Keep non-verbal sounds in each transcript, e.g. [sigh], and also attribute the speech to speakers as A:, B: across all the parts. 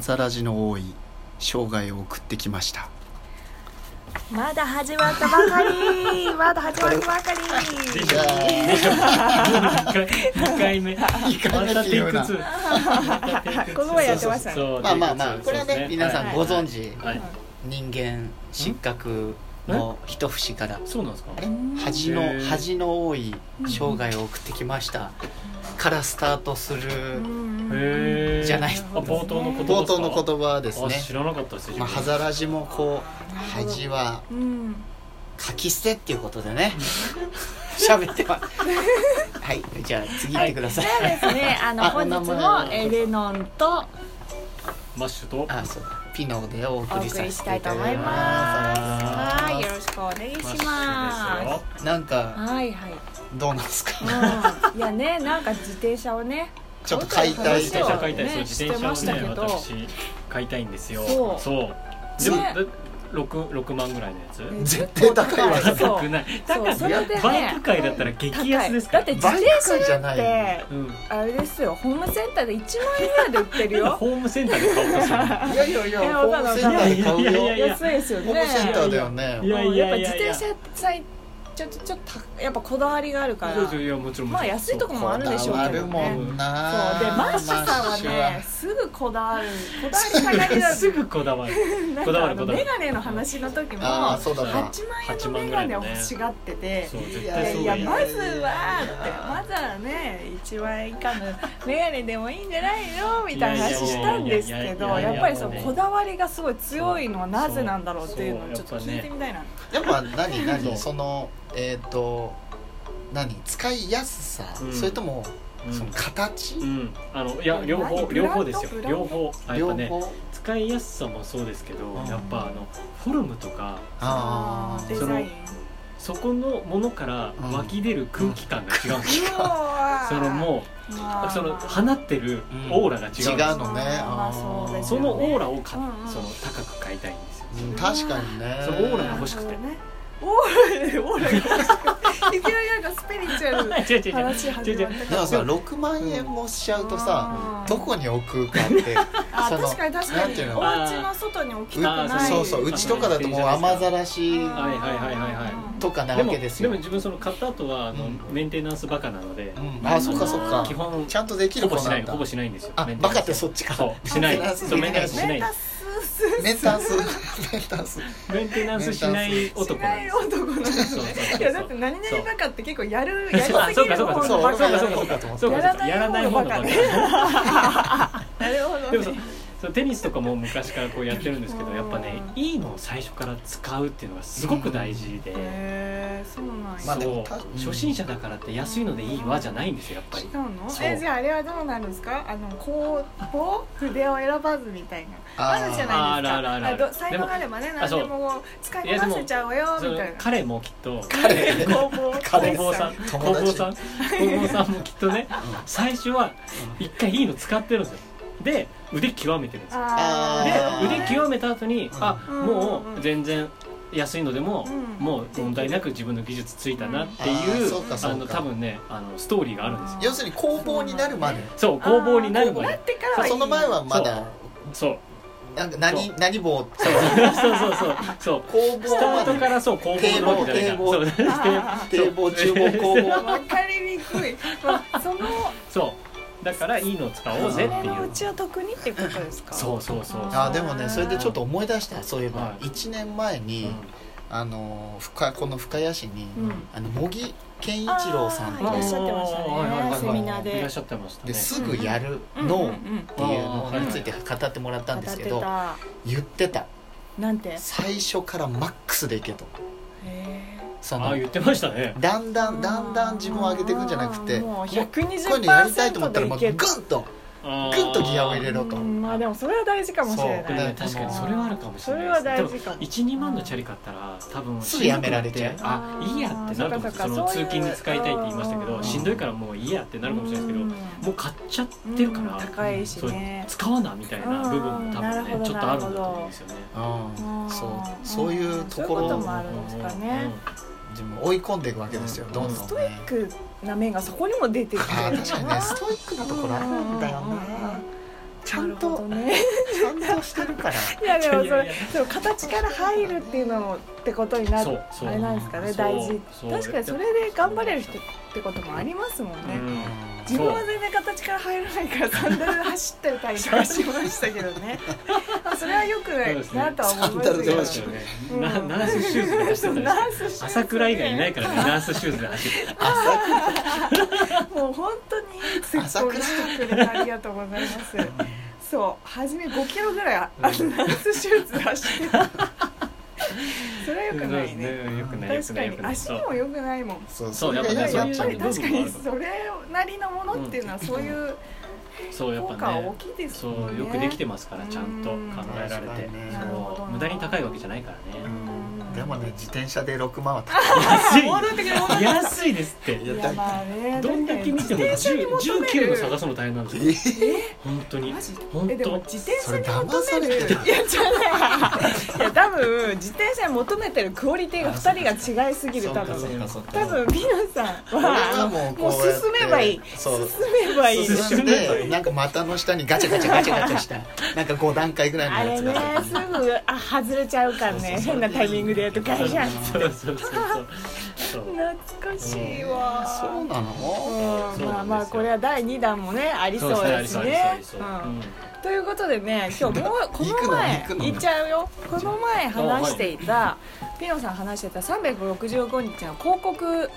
A: ざらじの多い生涯を送ってきました
B: まだ始まったばかりまだ始まったばかり
C: 2回目ま
A: いい感じだ
C: た
A: っ
C: テ
A: て
C: イ
A: いう
C: ク
A: ような
C: 2
B: この前やってましたね
C: そう
A: まあまあまあ
C: そう
A: これはね皆さんご存知
C: はい
A: 人間失格の一節から
C: そうなんですか
A: あれ恥の
C: へー
A: 恥の多い生涯を送ってきましたからスタートする
C: へえ
A: じゃない
C: あ冒頭の言葉
A: 冒頭の言葉で
C: ですすかあ
A: ね
C: 知らなかったです
A: まあ、はざらじもこう
B: なるほど
A: 恥は
B: うん
A: 書き捨てっていうことで [laughs] ね喋ってますはいじゃあ次行ってください、
B: そうですねあの
A: あ
B: 本日
A: お名
B: も
A: 前
B: えーレノンと
C: マッシュと
A: あそうピノでお
B: お
A: 送り
B: 送
A: さ
B: り
A: せ
B: してた
A: い
B: い
A: た
B: と
A: だ
B: 思
A: き
B: い
A: ま
B: ます
C: あー
B: はいよろしくお願い
C: マッ
B: し
C: シュ
B: ます
C: です
A: すなんか
B: はいはい
A: どうなんですか
B: うんいやねなんか自転車をね
A: ちょっと解体
C: よ自転車買いたいそう
B: ね
C: 自転
B: して
C: 車
B: ま
C: を
B: し
C: ね
B: たけど
C: 私買いたいんですよ
B: そう
C: そうでも
B: ね
C: 六六万ぐらいのやつ
A: 絶対高いわ
B: そう
C: 高くない
B: そうそれでね
C: バイク界だったら激安ですか
B: だっ
C: ら
B: て自
A: バイ
B: 転
A: ク
B: 車
A: じゃ
B: だ
A: な
B: っ
A: い
B: て
C: うん
B: あれですよホームセンターで1万円ぐらいで売ってるよ
C: ホームセンターで買おうとした
A: いやいやい
B: い
A: や
B: や
A: ホ
B: わかん
A: ー
B: ない
A: ムセンターで買うよ
C: いやいやいや
B: 安いですよ
A: ホ
B: ね
A: ームセンターだよね
C: い
B: う
C: や
B: んやっぱ自
C: いや
B: 転車さえちょっとちょっとたやっぱこだわりがあるから
C: いやいやもちろんもちろん
B: まあ安いとこもあるでしょう
A: あ
B: け
A: る
B: ど
A: も
B: ね
A: ん
B: そう
A: な
B: でマッシュさんは
A: マッ
B: ね
A: シ
B: すぐこだわるこだわりたがりだ
C: すぐこだわる
B: なん
C: こだ
B: か
C: わ
B: あ
C: るこ
B: の
C: だわ
B: メガ
C: る
B: ネの話の時も
A: ュはああ
B: 8
A: そうだな
B: 万円のメガネを欲しがってて
C: そう
A: い
C: 絶
A: や
C: 対そう
B: い
C: が
B: や
C: い
B: い
C: い
B: や
A: ま
B: ま
A: あ
B: ずはってまずはね1万円以下のメガネでもいいんじゃないのみたいな話したんですけど
C: いやいやいやいやいや
B: やっぱりそのこだわりがすごい強いのはなぜなんだろうっていうのをちょっと聞いてみたいな
A: やっぱ何
C: そう
B: [laughs]
A: 何そのえっ、と何使いやすさ、
C: うん
A: それとも、
C: うん
A: その形、
C: うんあのいや両
B: 何
C: 方
B: ブランド
C: 両方です
B: ブラン
C: よ
B: ド
C: 両方あやっ
A: 両
C: ぱ
A: 方、
C: ね使いやすさもそうですけど
A: うん
C: やっぱあのフォルムとか
A: あ
B: デ
A: ー
B: ザイン
C: そこのものから湧き出る空気感が違うんですよ
B: うわー
C: そのも
B: ま
C: う
B: あ
C: その放ってるオーラが違うんです
A: 違
C: よ
A: うのね
B: まあ
A: あー
B: そうです
C: そ
B: よね
C: のオーラをか
B: うんうん
C: その高く買いたいんですよ
A: うん確かにね
C: そうオーラが欲しくて
B: なるほどねオーラオーラが欲しくていきなりなんかスピリチュアルな
C: 違う違
B: 話
C: う違う
B: 始
C: 違う
B: ま
C: 違
B: っ
A: で
B: た
C: う
B: か
A: も
B: ら
A: さ6万円もしちゃうとさ、
B: うん
A: どこに置くかって
B: あ
A: その
B: 確かに確か
A: なん
B: に
A: ていう
B: お
A: の
B: 家の外に置きたく
C: あ
B: ない
A: そうそううちとかだともう雨ざらし
C: はいはいはいはいはい
A: とかな
C: で
A: わ
C: も
A: けです
C: で
A: よ
C: も自分その買った後はあの
A: うん
C: メンテナンスバカなので
A: うんあそっかそっか
C: 基本
A: ちゃんとできる
C: ほ
A: 子
C: ぼしな
A: ないんだ
C: ほぼしないんですよ
A: あ
C: メンテナ
A: バ
C: ンス
A: カってそっちか
C: そうしない
A: メンテナンス
C: そうメンテナンスしな
B: メ
C: い
B: タスー
A: メンタンス [laughs] メンタンス
C: メンテナンスしない
B: スし
C: 男なん
B: な
C: で
B: い
C: すよ
B: 男なんです
C: そうそうそう
B: ね
C: そう
B: いやだって何々バカって結構やるやりす
C: そうかそ
B: ぎ
C: うか
B: る
C: そう
B: 方
C: か
A: そ
B: の
A: う
B: バ
A: 俺
B: カ
A: が
B: だ
A: や
B: と
A: る方
B: 思う
A: かと思っ
C: そう
A: て
C: かそうかやらない方のバカ
B: なる [laughs] ほど
C: でもそ
B: ね
C: そうテニスとかも昔からこうやってるんですけどやっぱねいいのを最初から使うっていうのがすごく大事で、
B: へえそうなん
A: ま
B: や
A: あで
C: そ
A: も
C: う
A: たうん
C: 初心者だからって安いのでいいわじゃないんですよやっぱり
B: 違うの
C: そう
B: えじゃああれはどうなるんですかあのこうこう筆を選ばずみたいな
A: あ
B: あ
A: ー
B: るじゃないですか
C: あるあるある
B: ど才能があればね
C: も
B: 何で
C: あそ
B: も使い
C: いやで
B: こ
C: も
B: なせちゃうよ
C: そ
B: み
C: の
B: たいな
C: 彼もきっ
B: [laughs]
C: と
A: 彼
B: 工房
C: 工房さん工
A: 友達
C: 房さん工房さんもきっとね最初は一回いいの使ってるんですよで腕極めてるんですよ
B: あ
A: あー
C: で腕極めた後に
A: うん
C: あ
B: うん
C: も
B: うんう
C: うん全然安いのでも、
B: うん
C: もう問題なく自分の技術ついたなってい
A: あー
C: う,、
A: そうかそう
C: あ
A: か
C: の多分ねあのストーリーがあるんですよ
A: 要するに工房になるまで
C: そう工房になるま
B: な
C: で
B: ってからはいい
A: その前はまだ
C: そう [laughs]
A: なんか何何棒って
C: そうそうそうそう
A: 工
C: スタ
A: 房
C: ート
A: ま
C: からそう工房のわけじゃない
A: 堤
C: から
A: 防
C: そう
B: あー
A: で堤防厨房工房
B: わかりにくい、まあ、その
C: そうだからいいのを使おうぜってい
B: そのう
C: う
B: ちは特にってことですか
C: そうそうそう
A: [laughs] あーでもねそれでちょっと思い出したそういえば
C: はい
A: 1年前
C: うん
A: にあの深この深谷市に
B: うん
A: あの茂木健一郎さん
B: いらっ
A: と
B: しゃってましたね
C: はいはいはいはい
A: セミナ
B: ーで
C: いらっしゃってましたね
A: ですぐやる
B: うん
A: の
B: うん
A: っ
B: うん
A: ていうのについて語ってもらったんですけど
B: 当
A: 言ってた
B: てたなんてへ
A: 最初からマックスでいけと
B: え
A: そ
C: あ
A: の
C: あ言ってましたね
A: だんだんだんだん自分を上げていくんじゃなくてこ
B: もう
A: うこういうのやりたいと思
B: 120%
A: ったら
B: で
A: も
B: いう
A: グ
B: け
A: ンと
C: あー
A: グンとギアを入れろと
B: うんまあでもそれは大事かもしれ
A: そう
B: な
C: で
B: い
C: もね確かにそれはあるかもしれない
B: それは大事
C: で
B: か
C: も
B: も
C: 12万のチャリ買ったら多分
A: すぐやめられちゃう
C: あいいやってなると思うんです
B: あー
C: そ
B: そっかそっか
C: の
B: そういう
C: 通勤に使いたいって言いましたけ
B: う
C: ど
B: ん
C: しんどいからもういいやってなるかもしれないですけどもう買っちゃってるか
B: うん
C: ら
B: 高いしね
C: そう使わなみたいな部分も多分
B: うん
C: ねちょっとあるんだと思うんですよね
A: うんそうそういうとこ
B: そういうこと
A: ろ
B: もあ
A: を
B: るんですかね
A: 自分追い込んでいくわけですよ
C: うん
A: どんどんね
B: ストイックな面がそこにも出てきて
A: あー確かにねストイックなところあるんだよねちゃん
B: なるほ
A: と
B: どね
A: ちゃんしてるから
B: いやでもそ
C: いやいやい
B: れ
C: や
B: でも形から入るっていうのもってことになる
C: そうそう
B: あれなんですかね
C: そう
B: 大事
C: そう
B: 確かにそれで頑張れる人ってこともありますもんね、
C: うん
B: 自分は全然形から入らないからサンダルで走ってたりとかしましたけどねまあそれはよくないなとは思いま
A: そう
B: す
A: です
B: け
C: そう
B: ど
C: ですよね、
B: うん
C: なナースシューズで走ってたりして
B: そうナースシューズね
C: 朝倉以外いない
B: [laughs]
C: からねナースシューズで走る
B: もう本当にツッコミしてくれてありがとうござい
C: [laughs]
B: ますそう初め5キロぐらいあナースシューズ走ってたそれはよく
C: そう
B: な
C: で
B: い
C: す
B: ね
C: ねよくないよく
B: 確
C: な
B: か
C: いよ
B: に
C: くない
B: 足
C: そう
B: も良くないもん
A: そう
C: そうやっぱ
A: れが
C: ね
B: やっぱ
A: そうい
B: り
A: う部分
B: 確か
A: もあ
B: に
A: る
B: それなりのものっていうのはそういう
C: そうやっ
B: 効
C: ぱ
B: 果は
C: ね
B: 大きいです
C: そ
B: もんね
C: うよくできてますからちゃんと考えられて
A: うん
B: なるほど
C: 無駄に高いわけじゃないから
A: う
C: ね
A: んでもね自転車で6万は高
C: 安い
B: 戻ってくる戻ってくる
C: 安いですって
A: い
B: いや
A: やだい
B: まあね
C: どんだけ見て
B: 自
C: も
B: 転車に
C: 10
B: 求める
C: キロの探すの大変なんですよ
A: い
C: 本当に
B: マジ
C: 本
B: えでも
C: 当
B: 自転車に
A: そ
B: 求め
A: れ
B: るい
A: 騙されてる
B: やじゃないいや多分自転車に求めてるクオリティが2人が違いすぎる多分
A: そうかそうか
B: 多分皆さん
A: 俺
B: は
A: はもう
B: もう
A: こうやって
B: 進めばいい進
A: そう
B: めばいい
A: 進んでなんか股の下にガチャガチャガチャガチャしたなんか5段階ぐら
B: あ
A: いのや
B: れ
A: つ
B: ね
A: が
B: すぐあ外れちゃうからね変なタイミングでやるとガシャン
C: そうそうそうそうそう
B: 懐かしいわ
A: そうなの
B: うん
C: そうなんですよ
B: まあまあこれは第2弾もねありそうですね
C: そう
B: う
C: うんん
B: ということでね今日も
A: [laughs]
B: うこ
A: 行く
B: の
A: の
B: 前
A: 行くの
B: 行っちゃうよこの前話していたピノさん話してた365日の広告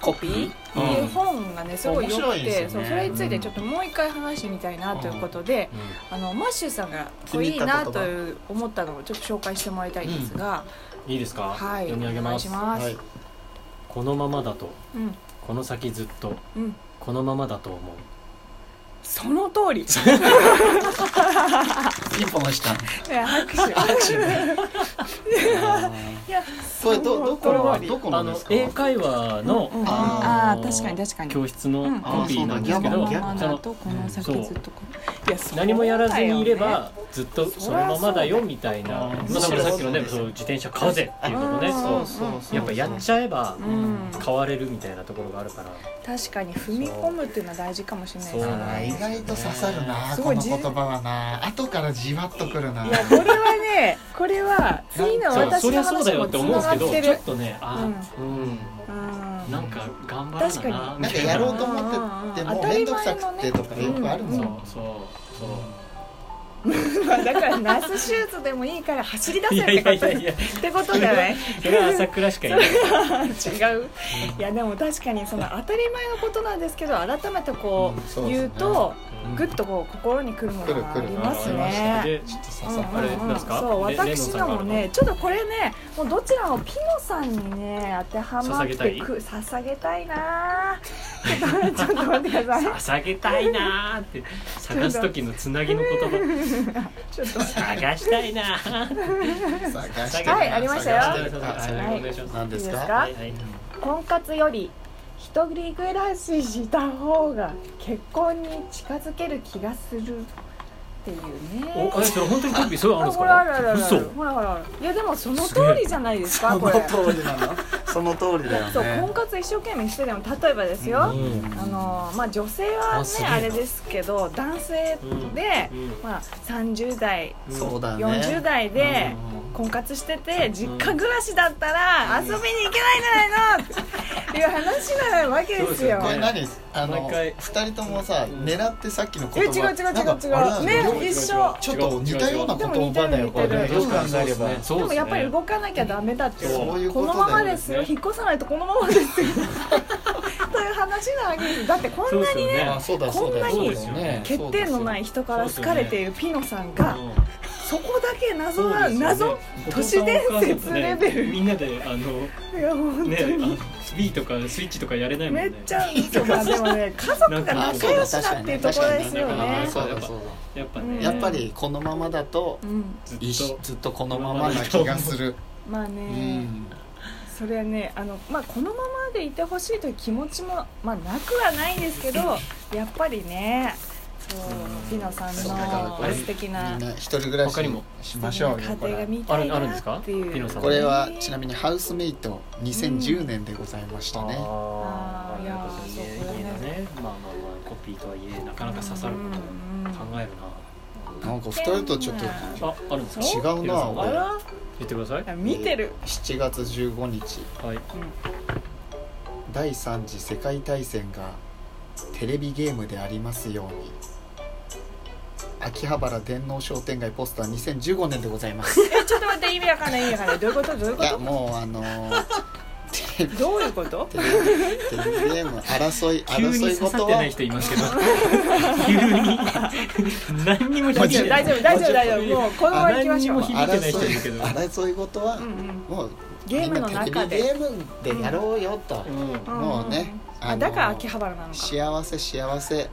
B: コピーっていう本がねすごい
A: 面
B: 良
A: 白
B: く
A: い
B: て、
A: です
B: そ
A: よね
B: うそれについてちょっともう一回話してみたいなということで、あのマッシュさんがこれいいなという思ったのをちょっと紹介してもらいたいんですが、
C: いいですか
B: はい
C: 読み上げ
B: お願
C: ま
B: いし
C: す
B: ます、
A: はい
C: このままだと
B: うん
C: この先ずっと
B: うん
C: このままだと思う
B: その通り、ね、
A: ピンポン押したの
B: 拍手拍手いや
A: これどどこ
B: その
A: の
B: 通り
A: どこ
C: あ
A: ので
C: の
A: すか
C: 英会話の
B: うん
A: あ
B: ー確かに確かに
C: 教室の
B: うん
C: コピーなんですけ
A: あ
C: ど
A: ーそうだ
C: その
B: とこの先ずっとこのいやそうだよね
C: 何もやらずにいればずっとそのままだよみたいなまあ
A: うん
C: だからさっきのね
A: そう
C: そう自転車買うぜっていうことね
B: うん
C: そう
A: そう
C: やっぱやっちゃえば
B: うん
C: 買われるみたいなところがあるから
B: 確かに踏み込むっていうのは大事かもしれないです
C: そう
A: あー
B: ね
A: 意外と刺さるな
B: す
A: こ
B: ごい
A: の言葉はな後からじわっとくるない
B: やこれはねこれは次の
C: そう
B: 私
C: そり
B: の
C: ゃそうだ
B: 話
C: よ
B: も
C: っ
B: つ
C: て思うんで
B: な
C: す
B: がっ
C: け
B: て
C: どちょ
B: る
C: っとねあーうん
B: うん
C: なんか頑張ら
B: 確か
C: な
B: に
A: なんか
C: みたいな
A: やろうと思ってて
B: うんうんうん
A: もう面倒くさくてとかよくある
B: う
A: も
C: そうんそう
B: まあだからナースシューズでもいいから走り出
C: そう
B: せ
C: い
B: って
C: やいや
B: こ
C: い
B: と
C: やいや
B: ってことじゃない
C: それは朝倉しかいない
B: [laughs] 違ういやでも確かにその当たり前のことなんですけど改めてこ
A: うん
B: う
A: そうですね
B: 言うと
C: うん
B: グッとこう心にくるものがあります
A: 来る来る
B: ね。
C: で
A: ちょっと
B: う
A: 刺
B: ん
A: さる
C: あれ
B: うんう
C: なん
B: ん
C: すか
B: そう
C: レ
B: 私のも
C: レ
B: ねちょっとこれねもうどちらもピノさんにね当てはまって
C: 捧げたい
B: く捧げたいな [laughs] ぁちょっと待ってください
C: 捧げたいなーって探す時のつなぎの言葉
B: ちょっと
C: 探したいな
A: 探
C: ー
A: してる
B: はいありましたよ
A: 探してるあそれ
C: はいお願いします
A: 何です
B: いいです
A: か
B: か
C: はいはい
B: 婚活より一人暮らしした方が結婚に近づける気がするっていうね
C: おえそれ本当にコピーそういうのあるんです
B: ほらあるあるあ
C: か
B: る
C: 嘘
B: ほらほらほらいやでもその
C: すげえ
B: 通りじゃないです
A: そ
B: かこ
A: の
B: れ
A: 通りなのその通りだよね
B: そう婚活一生懸命してでも例えばですよ、あのまあ、女性は
C: あす
B: ね
C: げえ
B: あれですけど男性で、
C: うんうん
B: まあ、30代、
A: そうだね
B: 40代で
A: うん
B: 婚活してて実家暮らしだったら遊びに行けないんじゃないの [laughs] っていう話なわけですよ。
A: これ何あ
C: 毎
A: の
C: 回
A: 二人ともさ狙ってさっきの
B: え違
A: 言
B: う違
A: 葉
B: う違う違うね
A: ね
B: 一緒
A: ちょっと似たような言葉だよこれ
B: でも似て
A: よ
B: る
A: く考えれば
B: でもやっぱり動かなきゃダメだっていう
A: そういう
B: こ
A: ことだ
B: の
A: よね
B: ままですよ引っ越さないとこのままですよ [laughs] という話なわけですだってこんなにね
C: ね
A: あそうだそうだ
B: こんなに
A: そうだよね
B: 欠点のない人から好かれているピノさんがそこだけ謎
C: そう
B: は
C: ですよね
B: 謎都市伝説レベル
C: みんなであの
B: いや本当に、
C: ねあの B とかスイッチとかやれないもん
B: め
C: ね
B: っちゃそうまあでも
C: [laughs]
B: ね家族が
A: あ
B: 仲
A: そう
B: 良
A: だ
B: しだっていうと
A: 確
B: ころ
A: かに
B: です
A: 確
B: よ
A: かに
B: ね
A: あそうだそう
C: やっぱ
B: うん
C: ね
A: だやっぱりこのままだと
B: うん
C: ずっ
A: いし
C: と
A: ずっとこのままな気がする
B: まあ
A: う
B: ね、
A: ん
B: それはねあの、まあ、このままでいてほしいという気持ちも、まあ、なくはないんですけどやっぱりねそうピノさん
A: そうだからこ
B: の
A: れ
B: 素敵
A: み
B: なん
A: な一人暮らし
C: 他にも
A: しま
B: 家
A: しょ
B: 庭
A: うよこ
B: が
A: れ
B: 見たい
C: あるあるん
B: な
C: ですか
B: っていう
C: ピノさん
A: これはちなみ
B: に
A: にハウスメイト2010年でございましたね
C: あ
B: あー
C: あ
B: い
C: い
B: や
C: や
B: ー
C: そう
B: そうこれね
C: ねまあまあまあコピーとはいえなかなか刺さることを考えるな
A: なんか二人とちょっと
C: あ、あるんですか
A: 違うな
C: あ
B: あ
A: 俺
B: ら
C: 言ってください
B: あ見てる、
A: 7月15日
C: はい
A: 第3次世界大戦がテレビゲームでありますように秋葉原電脳商店街ポスター2015年でございますい
B: えちょっと待って意味わかんない意味わかんないどういうことどういうこ
A: や
B: と
A: もうあのーテレビ
B: どういうこと
A: テレビテレビゲーム争い
C: [laughs] 急に
A: 争い
C: 刺さ
A: 事
C: ってな
A: はい
C: 人いますけど急に何にも
B: 大丈
C: て
B: 夫
C: な
B: 大
C: い
B: 丈夫大丈夫大丈夫もうこのまま行きましょう
C: あ何にも響いてない人いるけど
A: 争い事は、
B: うんうん
A: もう
B: ゲームの
A: みんな
B: 中
A: テレビ
B: で
A: ゲームでやろうよと、
C: うん
B: うん
A: もうね、
B: あだから秋葉原なのか
A: 幸せ幸せ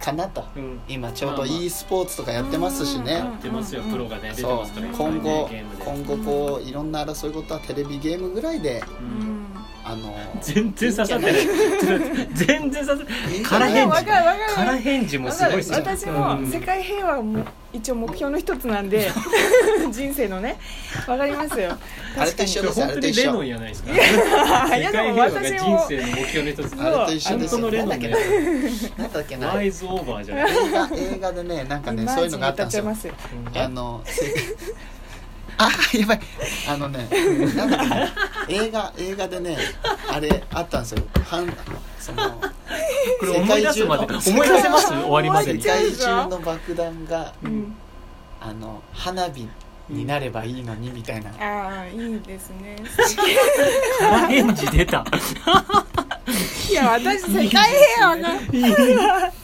A: かなと
C: うん
A: 今ちょうど e スポーツとかやってますしね、
B: うんうん
C: 出ますよプロがね出て
A: そ
C: ま
A: う
C: すから
A: 今後
C: ゲームで
A: 今後こういろんな争い事はテレビゲームぐらいで
C: う
B: うんん
A: あの
C: 全然刺さってないちょっと待って全然刺さって
A: いいんじゃ
C: 空
A: ない
B: で
C: 返
B: も
C: 事
B: 分かる分か
C: 空
B: る
C: 返事も
B: わ
C: す
B: か
C: ごい
B: る
C: っすよ
B: 私も世界平和も一応目標の一つな
A: [laughs]
B: んで人生のねわかりますよ
A: あれと一緒ですあれと
C: 本当に
A: 一
C: レ
A: 緒
C: ノンやないですか世
B: いや
C: 界
B: で
C: 平
B: も
C: 和が
B: 私も
C: 人生の目標の一
B: そ
C: つ
B: う
A: あれと一緒
C: 本
A: です
C: 当の
A: よ
C: レノ
A: なんだ
C: ン
A: っけ
C: ね
A: ななんだっけな
C: ラ
A: 映
C: イズオーバーじゃない
A: 画映画でねなんかね
B: マ
A: そういう
B: ジ
A: の
B: に
A: があった
B: 歌
A: んで
B: っち
A: す
B: ゃい
A: よ
B: ますよ
A: あのせ [laughs] あやばいあのねなんだっけな映画映画でねあれあったんですよはんその
C: これ思い出すまで
A: [laughs] 世界中の
C: 思い出せます終わりまで
A: 世
C: に
A: 界中の爆弾が
B: うん
A: あの花火になればいいのにみたいな
B: ああいいです
A: [laughs]
B: ね
C: 空返事出た
B: いや私世界平和が
C: いい